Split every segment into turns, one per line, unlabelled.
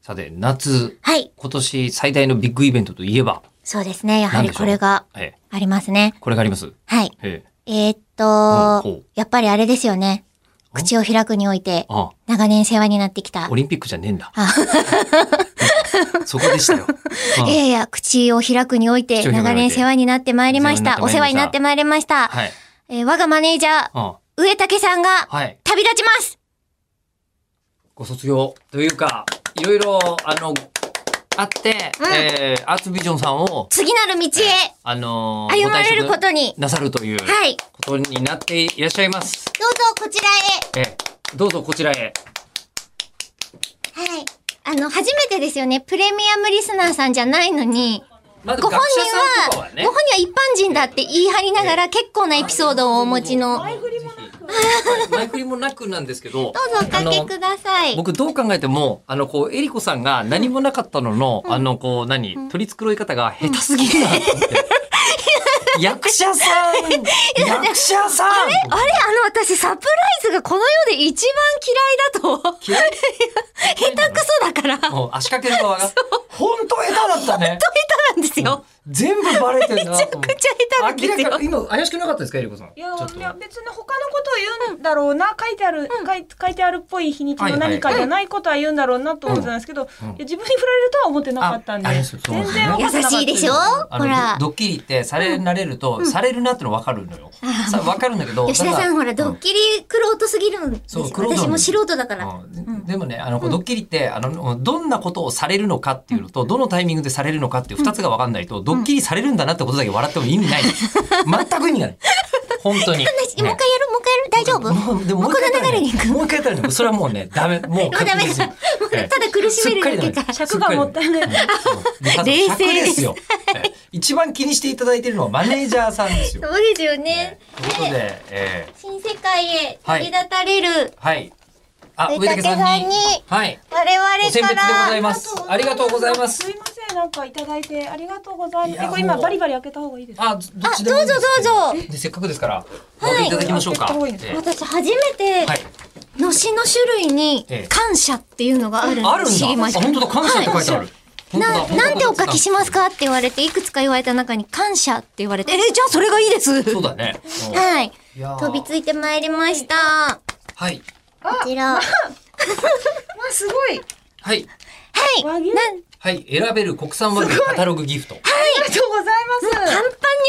さて、夏、
はい。
今年最大のビッグイベントといえば、
そうですね。やはりこれが
ええ、
ありますね。
これがあります。
はい。
ええ、
えー
う
っ
んほう
と、やっぱりあれですよね。口を開くにおいて、
あ
長年世話になってきた
あ、オ。リンピックじゃねえんだ。
あ
そこでしたよ。あ
いやいや、口を開くにおいて、
口を開くにおい
長
て
年世話になってまいりました。お世話になってまいりました。
はい。
えー我がマネージャー、
あ
上竹さんが、
はい。
旅立ちます
ご卒業というか、いろいろ、あの、あって、
うん
えーアーツビジョンさんを、
次なる道へ
あのー
歩まれることに。
なさるという
はい。ど
ことになっていらっしゃいます。
うぞこちら
ええ、どうぞこちらへ。
へ。はい。あの、初めてですよね。プレミアムリスナーさんじゃないのに。
まず
ご本人
学者さんとか
は、ご本人は一般人だって言い張りながら結構なエピソードをお持ちの。どう
前振りもなく。前振りもなくなんですけど。
ぞおかけください。
僕どう考えても、あの、こう、えりこさんが何もなかったのの、あの、こう、何、取り繕い方が下手すぎるなって。 役者さん役者さん
あれあの、私、サプライズがこの世で一番嫌いだと。
嫌い
下手くそだから。下手
もう足掛ける側が。本当下手だったね。
なんですよ。
全部バレてるなと思っ
め
て。
っちゃ下手
明
なんです
らか
よ。
に、今、怪しくなかったですか、えりこさん。
いや
ちょっと
いや別に他のことを言うんだろうな、書いてある、書い書いてあるっぽい日にち
はい
の
はい
何かじゃないことは言うんだろうなと思ってたんですけど、
うん
いや自分に振られるとは思ってなかったんで
ああれそうそう
全然思ってなかった
優しいでしょ
あ
ほら
のドドッキリってされ慣れると、されるなっての分かるのよ。さ分かるんだけど
吉田
た
さ
だ
ん、ほら、ドッキリクロートすぎるんです
そう
よ。
玄人なんです
私も素人だから。
うんでもねあの、ドッキリってあのどんなことをされるのかっていうのと、どのタイミングでされるのかっていう2つが分かんないと、ドッキリされるんだなってことだけ笑っても意味ない、全く意味ない本当に。
私、もう一回やるもう一回やる大丈夫
もうでももう一回やったらね
この流れに行く
もう一回やったらねそれはもうねダメもう
もうダメだ。もう
ええ
ただ苦しめるだけか。
すっ
尺がもったいない。
そう
冷静
尺ですよ。ええ一番気にしていただいてるのはマネージャーさんですよ。
そうですよね。
ということで、ええ
新世界へ旅立たれる、
はい。あ、
上竹さんに
はい。
我
お選
々
別で
か
ござい
ら、
ます。ありがとうございますす。
いません、なんかいただいてありがとうござい
い
ま
や
す。これ今
もう
バリバリ開けた方がいいですか。
あ、ど
あ
っちでもいいんですけ
どうぞどうぞ
で、せっかくですから、お開けいただきましょうか。
はい
ええ
私初めて、
はい。
のしの種類に
ええ
感謝っていうのがあるの
ある
を知り
んだ。
ま
あ
した。
本当だ、感謝って書いてあ
は
る。本当だ
な
本当だ
なんてお書きしますかって言われて、いくつか言われた中に感謝って言われて、えー、じゃあそれがいいです
そうだね。うん
はい。
いやー
飛びついてまいりました。
はい。
こちら。は
あすごい。
はい。
い。な
和
ん、パンパン
牛
に
はい。選べる国産和牛カタログギフト。
ありがとうございます。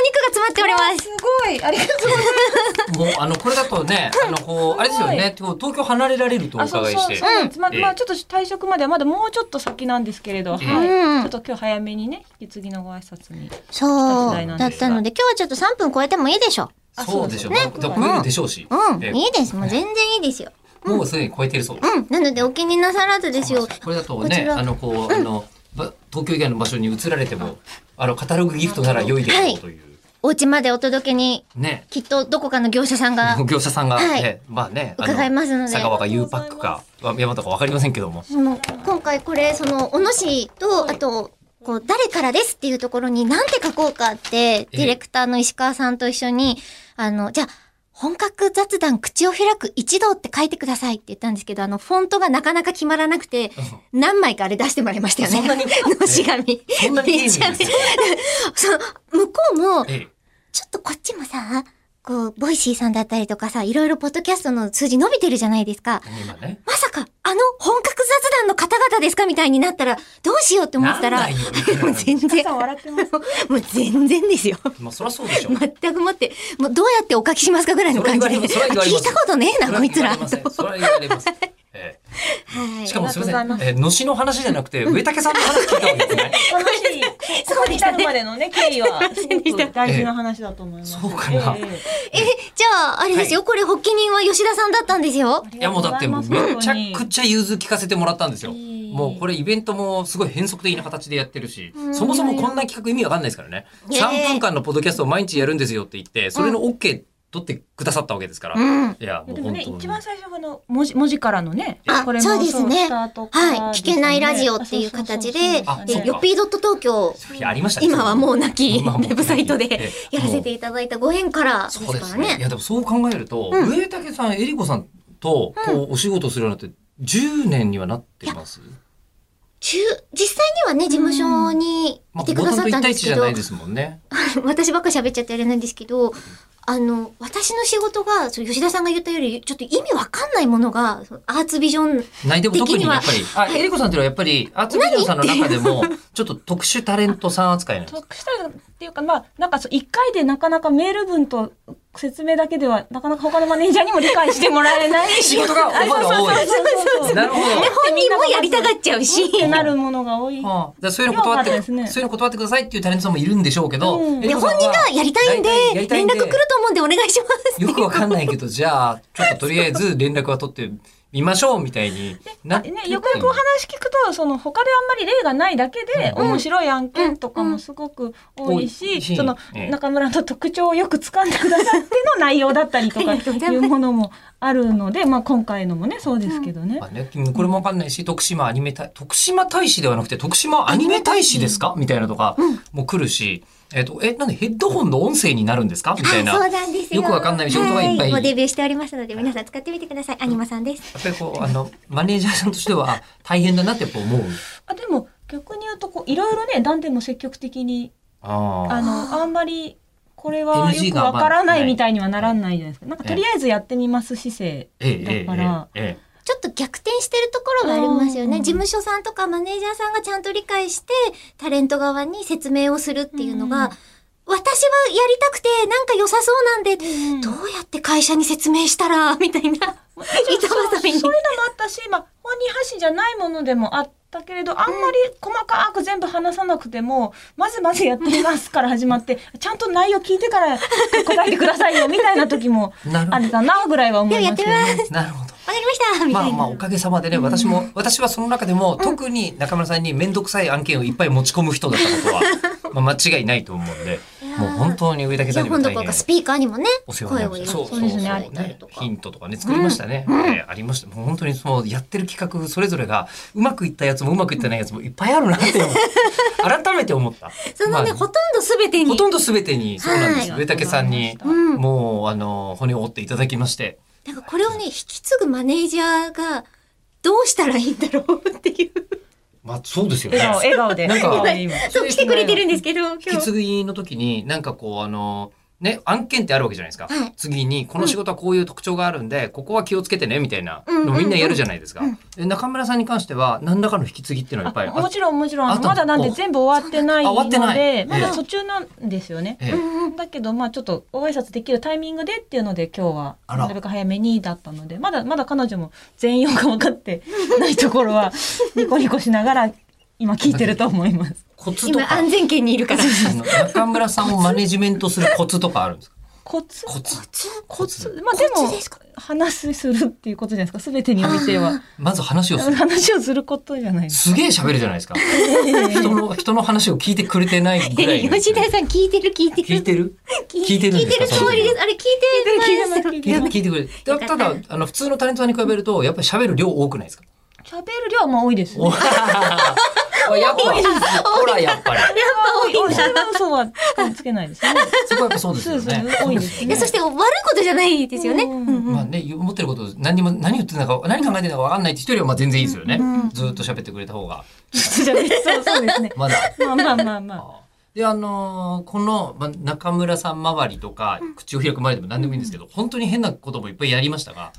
お肉が詰まっております。
すごい。ありがとうございます。
もう、あの、これだとね、あの、こう、あれですよね。こう東京離れられるとお
あ、そう
伺い
そ
し
う
て。
そうなんです。まあ、
ええ
まあ、ちょっと退職まではまだもうちょっと先なんですけれど、はい。ち
うん
ょっと今日早めにね、引き継ぎのご挨拶に。
そう。
時代なんで
だ
すが
ったので、今日はちょっと3分超えてもいいでしょ
あ
そうでしょう。
そう
ね
そうね、
食えるでしょうし。
う。
え
うん。いいです。もう全然いいですよ。
えもうすでに超えてるそうです。
うん。なので、お気になさらずですよ。
これだと
こち
ね、
ら
あのこう、あのば東京以外の場所に移られても、あのカタログギフトなら良いでしょうという、
お家までお届けに、
ね、
きっとどこかの業者さんが
業者さんが、
はい
ねまあね、あの
伺いますので。
佐川か U パックか大和かわかりませんけども、
その今回これそのお主と、あとこう誰からですっていうところに何て書こうかってディレクターの石川さんと一緒にあのじゃあ本格雑談口を開く一度って書いてくださいって言ったんですけどあのフォントがなかなか決まらなくて何枚かあれ出してもらいましたよね。
そんなに
のし紙。
そんなに丁寧
め
に
ちゃめちゃ。そう向こうも
ええ
ちょっとこっちもさこうボイシーさんだったりとかさいろいろポッドキャストの数字伸びてるじゃないですか。
今ね、
まさか、あの本格雑談の方々ですかみたいになったら、どうしようって思ってたら、
なんないよみたいな
もう全然、
さん笑ってます。
もう全然ですよ。
まあそりゃそうでしょう。
全くもって、もうどうやってお書きしますかぐらいの感じで。
それは言われますそれは言われ
聞
ま
い
す
たことねえな、こいつら。
それは言われませんそれは言われます。え
は
え
い
しかもすみま
ありがと
せん、ええのしの話じゃなくて上竹さんの話聞いたわけですね。
楽しい。そこに至るまでのね、経緯は、すごく大事な話だと思います。
そうかな
ええ
え、じゃあ、あれですよ、これ、発起人は吉田さんだったんですよ。
ええ
いやもうだってもうめちゃく
ち
ちゃ融通聞かせてもらったんですよ。
いい
もうこれイベントもすごい変則的な形でやってるし
ん、
そもそもこんな企画意味わかんないですからね。
いやい
3
や
分間のポッドキャストを毎日やるんですよって言って、それの OK 取ってくださったわけですから。
う
い
ん。
や、もう
でも
本
ね、
当に
一。番最初はあの文字文字からのね、
あ
これも
そうですね
スタートから
はい
です
聞けないラジオっていう形で
あそうそうそう
そ
で
う、
よっぴー .tokyo、
いや、ありましたね。
今はもうなきウ
今はもう
ェブサイト
え
で
え
やらせていただいたご縁からで
そ
す
う
か
で
ら
すね。い
ね。
や、でもそう考えると、
うん
上竹さん、えりこさんと、こう、お仕事するようになって、10年にはなってます
10中、実際にはね、事務所に
ま
い
あ、
て
ボ
く
ト
だ
ンと一
さったん
対
で
一
す
じ
け
ゃな
ど
い、ですもんね。
私ばっか喋っちゃってあれなんですけど、あの、私の仕事が、そう吉田さんが言ったより、ちょっと意味わかんないものが、そのアーツビ ジョン、
ないでも
的
特に
には
やっぱり、あ、えりこさんっていうのはやっぱり、あつみりょうさんの中でも、ちょっと特殊タレントさん扱いなんですか
特殊タレントっていうか、まあ、なんかそう、一回でなかなかメール文と説明だけでは、なかなか他のマネージャーにも理解してもらえない。
仕事がオファーが多い
あそうそうそうそう
なるほど。
本人もやりたがっちゃう し、
ってなるものが多い。
はあ、だからそういうの断って、
量があるんで
そう
す
いう
ね
の断ってくださいっていうタレントさんもいるんでしょうけど、
うん
えり
で
こさ
本
は
人がやりたいんで
やりやり、たい
連
んで
絡来ると思うんでお願いしますって。
よくわかんないけど、じゃあ、ちょっととりあえず連絡は取ってみましょうみたいにな
あ
って
ね
る、
よくよくお話聞くとその他であんまり例がないだけで、
うん
面白い案件とか
う
も
ん
すごく多い
多
し、
いし
その
ええ
中村の特徴をよく掴んでくださっての内容だったりとかいうものもあるので、まあ、今回のもねそうですけどね。
まあね、これもわかんないし、徳島アニメ大、徳島大使ではなくて、徳島アニメ大使ですかみたいなのとかも来るし、えっと、え、なんでヘッドホンの音声になるんですかみたいな。
あ、
や
そ
っ
うなんですよ。
よくわかんない仕事がいっぱい
はもうデビューしておりますので、皆さん使ってみてください。アニマさんです。
ぱりこう、あの、マネージャーさんとしては大変だなってやっぱ思う。
あでも逆に言うとこういろいろね断点も積極的にあ
あ
のあんまりこれは
NG
よく
が
わからな
まあない
いみたいにはならないじゃないですか。なんかとりあえずやってみます姿勢
ええええ
だから。
ええ
ちょっと逆転してるところがありますよね。
うん
事務所さんとかマネージャーさんがちゃんと理解して、タレント側に説明をするっていうのが、
うん
私はやりたくて、なんか良さそうなんで、
ん
どうやって会社に説明したら、 みたいな。
板
板挟みに
そうそういうのもあったし、まあ、本人発信じゃないものでもあったけれどあんまり細かく全部話さなくても、まずまずやってみますから始まって ちゃんと内容聞いてから答えてくださいよみたいな時も
なる
あ
ほ
れだなぐらいは思いますけど
でもやって
ね。
ど。なるほど。
わかりましたみ
ま
た
あ
いな。
まあおかげさまでね、私も、私はその中でも、特に中村さんに面倒くさい案件をいっぱい持ち込む人だったことは、まあ間違いないと思うんで、
いやー
もう本当に上だけ
じゃ
だけ
あ
で
今
も
度
大
こう
変
かス。ピーカーにもね、
お世話に
声
な
を
り
や
ました。そうそう
そ
そ
うです
う
ね
あったり
ね
と。か
ヒントとかね、作りましたね。えーありました。もう本当にその、やってる企画、それぞれが、うまくいったやつもうまくいってないやつもいっぱいあるなって、 改めて思った。
そのね、
まあ
ほとんど全てに。
ほとんど全てに、そうなんです。
はい
上竹さんに、
うん
もう、あの、骨を折っていただきまして。
なんかこれをね、引き継ぐマネージャーが、どうしたらいいんだろうっていう。
まあ、そうですよね。
笑顔笑顔で
なんか
笑顔で今
そう、来てくれてるんですけど、今
引き継
日。
ぎの時になんかこうあのね案件ってあるわけじゃないですか、
はい
次にこの仕事はこういう特徴があるんで、ここは気をつけてねみたいな
うんうん
の
うん
みんなやるじゃないですか、え中村さんに関しては何らかの引き継ぎっていうのはやっぱりあ
もちろんもちろんあ
あ
の
と
まだなんで全部終わってない
あ終わ
の
ってないええ
でまだ途中なんですよね。
ええ
うんうん
だけどまあちょっとご挨拶できるタイミングでっていうので今日は
あら
なるべく早めにだったのでまだまだ彼女も全容が分かってないとこ ろはニコニコしながら今聞いてると思います。
コツと
今
か
安全圏にいるから。
あの中村さんをマネジメントするコツとかあるんですか
コツ
コツ
コツまあで
コ
も
ツですか
話するっていうことじゃないですか全てにおいては
まず話を する
話をすることじゃないですか。
すげえ喋るじゃないですか人の人の話を聞いてくれてないぐらいの
吉田さん聞いてる聞いて
聞い
る。
てる聞
聞
いてるん
聞い
です
て
か
るつもりです。あれ聞いてます。
聞い
聞
て
い
ます
て聞いてくれるたただあの普通のタレントさんに比べるとやっぱり喋る量多くないですか
喋る量はまあ多いです ね。
お やっぱほらやっぱり
多 い多い。それは嘘はつけないですね。
そこはやっぱそうです
そう
よ
ですね
ね。。
多いです
いや、
ね。
そして悪いことじゃないですよね。
うん
うんうん
まあね、思ってること何にも何言ってんだか何考えてんだか分かんないって人よりはまあ全然いいですよね、ずーっと喋ってくれた方が
そうそうですね。
ま だ。
まあまあまあまあ。
であのーこの、まあ、中村さん周りとか、口を開く周りでも何でもいいんですけど、本当に変なこともいっぱいやりましたが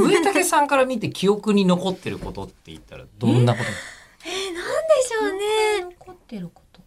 上竹さんから見て記憶に残ってることって言ったらどんなこと
でしょうね。
残ってること。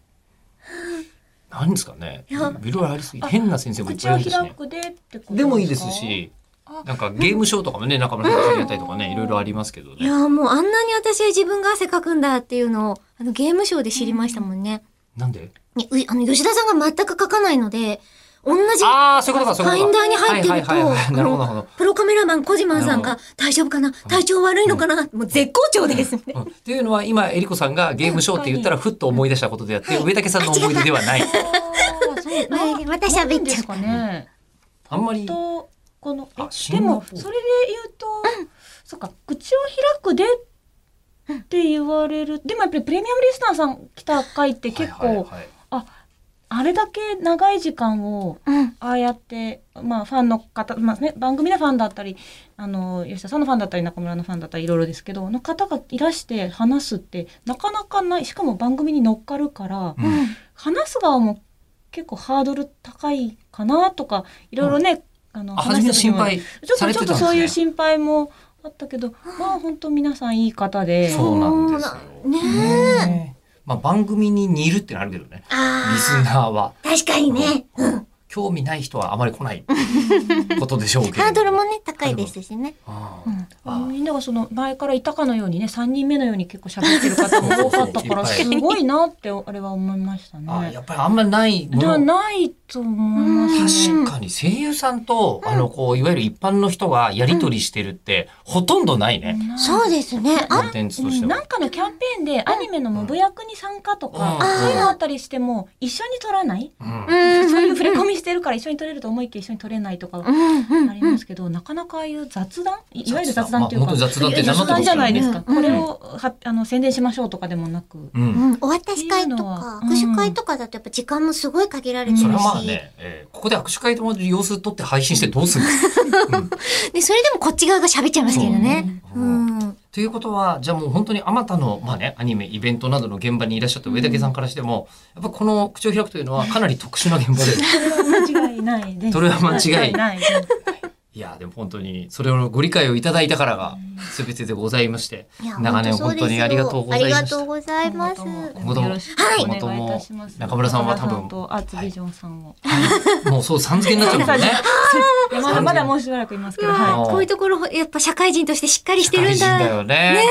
何ですかねい
いや
ろいろありすぎて変な先生もいっ
口
ぱい
を
いるし
開
ね。
くでってこと
でもいいです
か。
し
あ
なんかゲームショーとかもね中村さんがやったりとかねいろいろありますけど
い
ね。
や、もうあんなに私は自分が汗かくんだっていうのを、あの、ゲームショーで知りましたもんね。
なんで
ねうあの、吉田さんが全く書かないので、同じフ
ああ、そういうことか、そういう
ァイ
こ
ン
と
ダ
か。
ーに入ってると、
はいはいはいはいなるほどなるほ
あの
ど
プロカメラマン、コジマンさん
な
が、大丈夫かな体調悪いのかな、もう絶好調です。みたいな
うんっていうのは今えりこさんがゲームショーって言ったらふっと思い出したことであって、
はい
上竹さんの思い出ではない。
あー そう
まあまた喋っちゃう
なんですかね。
あんまり
とこのえ
あシ
で
ンガポ
も
ール
それで言うと、そっか口を開くでって言われる。でもやっぱりプレミアムリスナーさん来た回って結構、
はいはいはい
ああれだけ長い時間を
うん。
ああやって、まあ、ファンの方、まあね、番組のファンだったりあの吉田さんのファンだったり中村のファンだったりいろいろですけどの方がいらして話すってなかなかないしかも番組に乗っかるから
う
うんん。
話す側も結構ハードル高いかなとかいろいろね、あの
あ初めの
話した時
心
も
配
ちょ
さ
っと
れ
ち
てたんで
ょっと
すね。
そういう心配もあったけど、まあ本当皆さんいい方で。
そうなんですよ
そうなんねえ。
ねまあ番組に似るってのあるけどね。リス
あ
ナーは
あ。確かにね。うん。
興味ない人はあまり来ないことでしょうけれど。
ハードルもね、高いですしね。
あ
う
ー。
ん。
あ
みんながその前からいたかのようにね3人目のように結構喋ってる方も多かったか ら
そうそ
す
う
ごいなってあれは思いました
あー
ね
や。っぱりあんまりないも
では
の。
ないと思いますね。
確かに声優さんと、あの、こう、いわゆる一般の人がやりとりしてるって、ほとんどないね。
そうですね。
コ
あ、
ンテンツ
う
として
ん、な
は。
んかのキャンペーンでアニメのモブ役に参加とか、
うん
そういうのあったりしても一緒に撮らない、
うん
うん。
そういう触れ込
み。
みしてるから一緒に撮れると思いきや一緒に撮れないとか
う
あ
んうん
り
う
ま
ん。
すけど、なかなかああいう雑談いいわゆる雑談っていう
ま
か、
あ本当雑談って
雑談じゃないですか、
うん
これをはあの宣伝しましょうとかでもなく、
う。
うんん、お渡し会とか、
っていうのは
握手会とかだとやっぱ時間もすごい限られてるし、
それはまあね、えーここで握手会とも様子撮って配信してどうするの、うん
で、それでもこっち側が喋っちゃいますけどね。
う
うんん。うん
ということは、じゃあもう本当にあまたの、まあね、アニメ、イベントなどの現場にいらっしゃった上竹さんからしても、やっぱこの口を開くというのはかなり特殊な現場で、
それは間違いないです。
それは間違い
ないです。
いや、でも本当にそれのご理解をいただいたからが全てでございまして
いや、
長年本当にありがとうござい
あ
ま
りが
し
とう
た。
ございます。
今後とも
よろしくお願いいたします。
中村さんは多分
中村さとアーツビジョンさんを。
もうそう、さん付けになっちゃうもんね。
いやまだまだもうしばらくいますけど、
は
は
あ
ま
い
あ、こういうところ、やっぱ社会人としてしっかりしてる
大
ん
事だ
だ。
よね。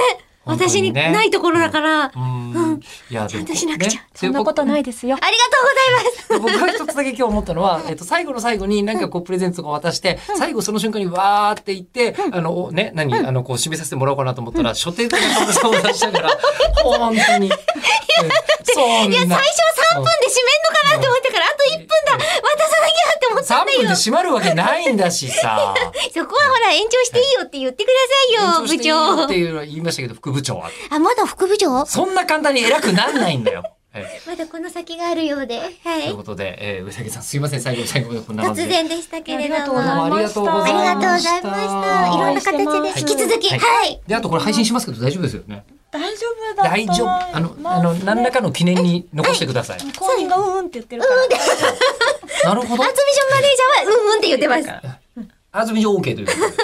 本当
私に
ね
ないところだから。ありがとう
うん。いや、でも、
ちゃんとしなくちゃ
ね
い。そんなことないですよ。
ございます。
で僕が一つだけ今日思ったのは、えっと、最後の最後に何かこうプレゼントとか渡して、最後その瞬間にわーって言って、あの、おね、何、あの、こう締めさせてもらおうかなと思ったら、書店で中村さんを出したから、本当に。いや、そんな。
いや、最初は3分で締めんのかなって思ったから、あと1分だ渡さなきゃって思った
3
んだよ
分で。閉まるわけないんだしさ。
そこはほら、延長していいよって言ってくださいよ、
延長
部
していいよって
長。
いうのは言いましたけど、副部長は。
あ、まだ副部長ま
そんな簡単に偉くなんないんだよ。え
だこの先があるようで。は
という
い。
ことで、えー、上竹さんすいません、最後、最後までこんな
突
感じで。
然でしたけれども。
ありがとうございま
どうもありがとうご
あ
ざい
り
ま
がとうご
した。
ざいました。いろんな形で引き続き、
はい
はい。
で、あとこれ配信しますけど大丈夫ですよね。
大丈夫だと思
大
い
丈夫。
ます
あの、あの、何らかの記念に残してください。
後人がうんうんって言ってるから。
なるほど
アー。ツビジョンマネージャーは、うんうんって言ってます。
あずみじょ OK ということで。はい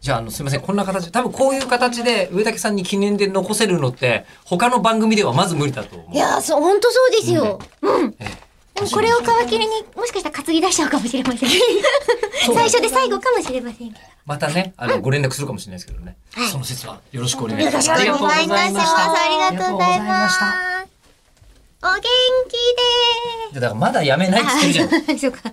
じゃあ、あの、すみません。こんな形で、多分こういう形で上竹さんに記念で残せるのって、他の番組ではまず無理だと思う。
いやー、そう、ほんとそうですよ。うん。
ええ
でもこれを皮切りに、もしかしたら担ぎ出しちゃうかもしれません。
そう
最初で最後かもしれませんけど。
またね、あの、ご連絡するかもしれないですけどね。その説はよろしくお願いします。
よろしくお
あ
願
りがと
い
うございました。
ありがとうございました。お元気
いやだからまだやめないって言ってるじゃん。
でー。そうか。